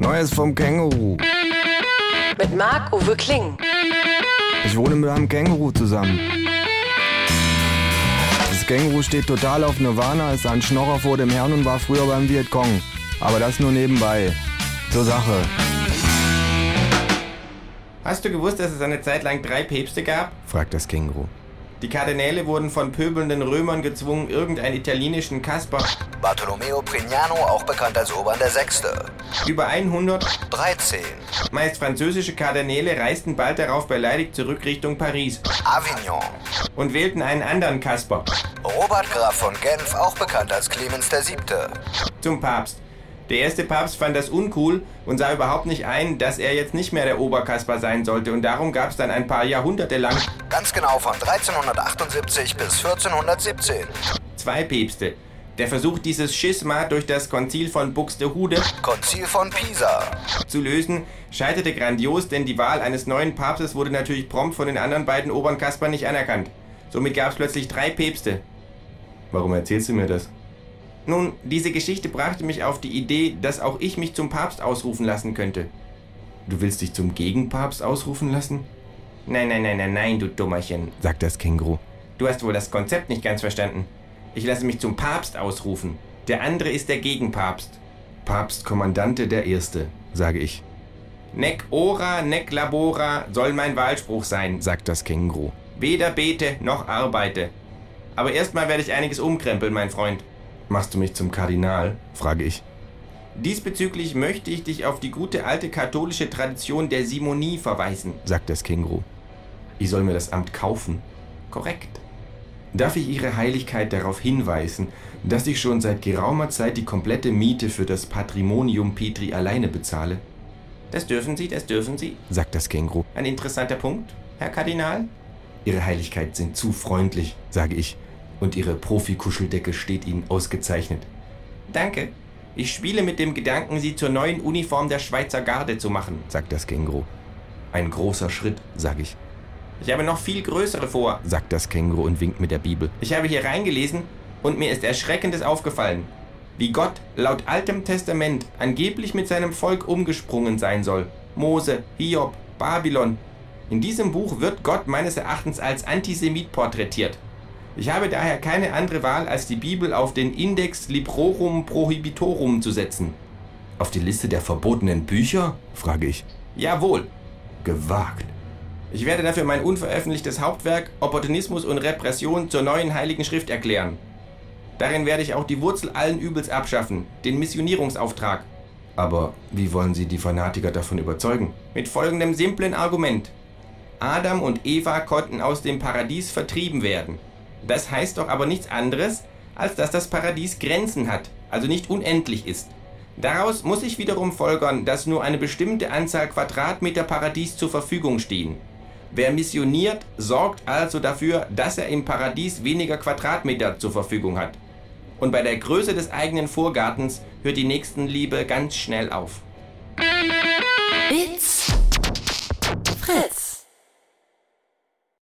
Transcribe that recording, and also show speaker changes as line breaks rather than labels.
Neues vom Känguru.
Mit Marc-Uwe Kling.
Ich wohne mit einem Känguru zusammen. Das Känguru steht total auf Nirvana, ist ein Schnorrer vor dem Herrn und war früher beim Vietcong. Aber das nur nebenbei. Zur Sache.
Hast du gewusst, dass es eine Zeit lang drei Päpste gab?
fragt das Känguru.
Die Kardinäle wurden von pöbelnden Römern gezwungen, irgendeinen italienischen Kasper,
Bartolomeo Prignano, auch bekannt als Urban der Sechste,
über 100,
13,
meist französische Kardinäle reisten bald darauf beleidigt zurück Richtung Paris
Avignon,
und wählten einen anderen Kasper
Robert Graf von Genf, auch bekannt als Clemens der Siebte,
zum Papst. Der erste Papst fand das uncool und sah überhaupt nicht ein, dass er jetzt nicht mehr der Oberkasper sein sollte und darum gab es dann ein paar Jahrhunderte lang
ganz genau von 1378 bis 1417,
zwei Päpste. Der Versuch, dieses Schisma durch das Konzil von Buxtehude
Konzil von Pisa,
zu lösen, scheiterte grandios, denn die Wahl eines neuen Papstes wurde natürlich prompt von den anderen beiden oberen Kaspern nicht anerkannt. Somit gab es plötzlich drei Päpste. Warum erzählst du mir das? Nun, diese Geschichte brachte mich auf die Idee, dass auch ich mich zum Papst ausrufen lassen könnte. Du willst dich zum Gegenpapst ausrufen lassen? Nein, nein, nein, nein, nein, du Dummerchen.
Sagt das Känguru.
Du hast wohl das Konzept nicht ganz verstanden. Ich lasse mich zum Papst ausrufen. Der andere ist der Gegenpapst.
Papst Kommandante der Erste, sage ich.
Nec ora, nec labora soll mein Wahlspruch sein.
Sagt das Känguru.
Weder bete noch arbeite. Aber erstmal werde ich einiges umkrempeln, mein Freund.
Machst du mich zum Kardinal? frage ich.
Diesbezüglich möchte ich dich auf die gute alte katholische Tradition der Simonie verweisen.
Sagt das Känguru.
Ich soll mir das Amt kaufen. Korrekt. Darf ich Ihre Heiligkeit darauf hinweisen, dass ich schon seit geraumer Zeit die komplette Miete für das Patrimonium Petri alleine bezahle? Das dürfen Sie, das dürfen Sie.
Sagt das Känguru.
Ein interessanter Punkt, Herr Kardinal.
Ihre Heiligkeit sind zu freundlich, sage ich.
Und Ihre Profikuscheldecke steht Ihnen ausgezeichnet. Danke. Ich spiele mit dem Gedanken, Sie zur neuen Uniform der Schweizer Garde zu machen.
Sagt das Känguru.
Ein großer Schritt,
Sage ich.
Ich habe noch viel größere vor.
Sagt das Känguru und winkt mit der Bibel.
Ich habe hier reingelesen und mir ist Erschreckendes aufgefallen, wie Gott laut Altem Testament angeblich mit seinem Volk umgesprungen sein soll. Mose, Hiob, Babylon. In diesem Buch wird Gott meines Erachtens als Antisemit porträtiert. Ich habe daher keine andere Wahl, als die Bibel auf den Index Librorum Prohibitorum zu setzen.
Auf die Liste der verbotenen Bücher? frage ich.
Jawohl,
Gewagt.
ich werde dafür mein unveröffentlichtes Hauptwerk Opportunismus und Repression zur neuen Heiligen Schrift erklären. Darin werde ich auch die Wurzel allen Übels abschaffen, den Missionierungsauftrag.
Aber wie wollen Sie die Fanatiker davon überzeugen?
Mit folgendem simplen Argument. Adam und Eva konnten aus dem Paradies vertrieben werden. Das heißt doch aber nichts anderes, als dass das Paradies Grenzen hat, also nicht unendlich ist. Daraus muss ich wiederum folgern, dass nur eine bestimmte Anzahl Quadratmeter Paradies zur Verfügung stehen. Wer missioniert, sorgt also dafür, dass er im Paradies weniger Quadratmeter zur Verfügung hat. Und bei der Größe des eigenen Vorgartens hört die Nächstenliebe ganz schnell auf.
It's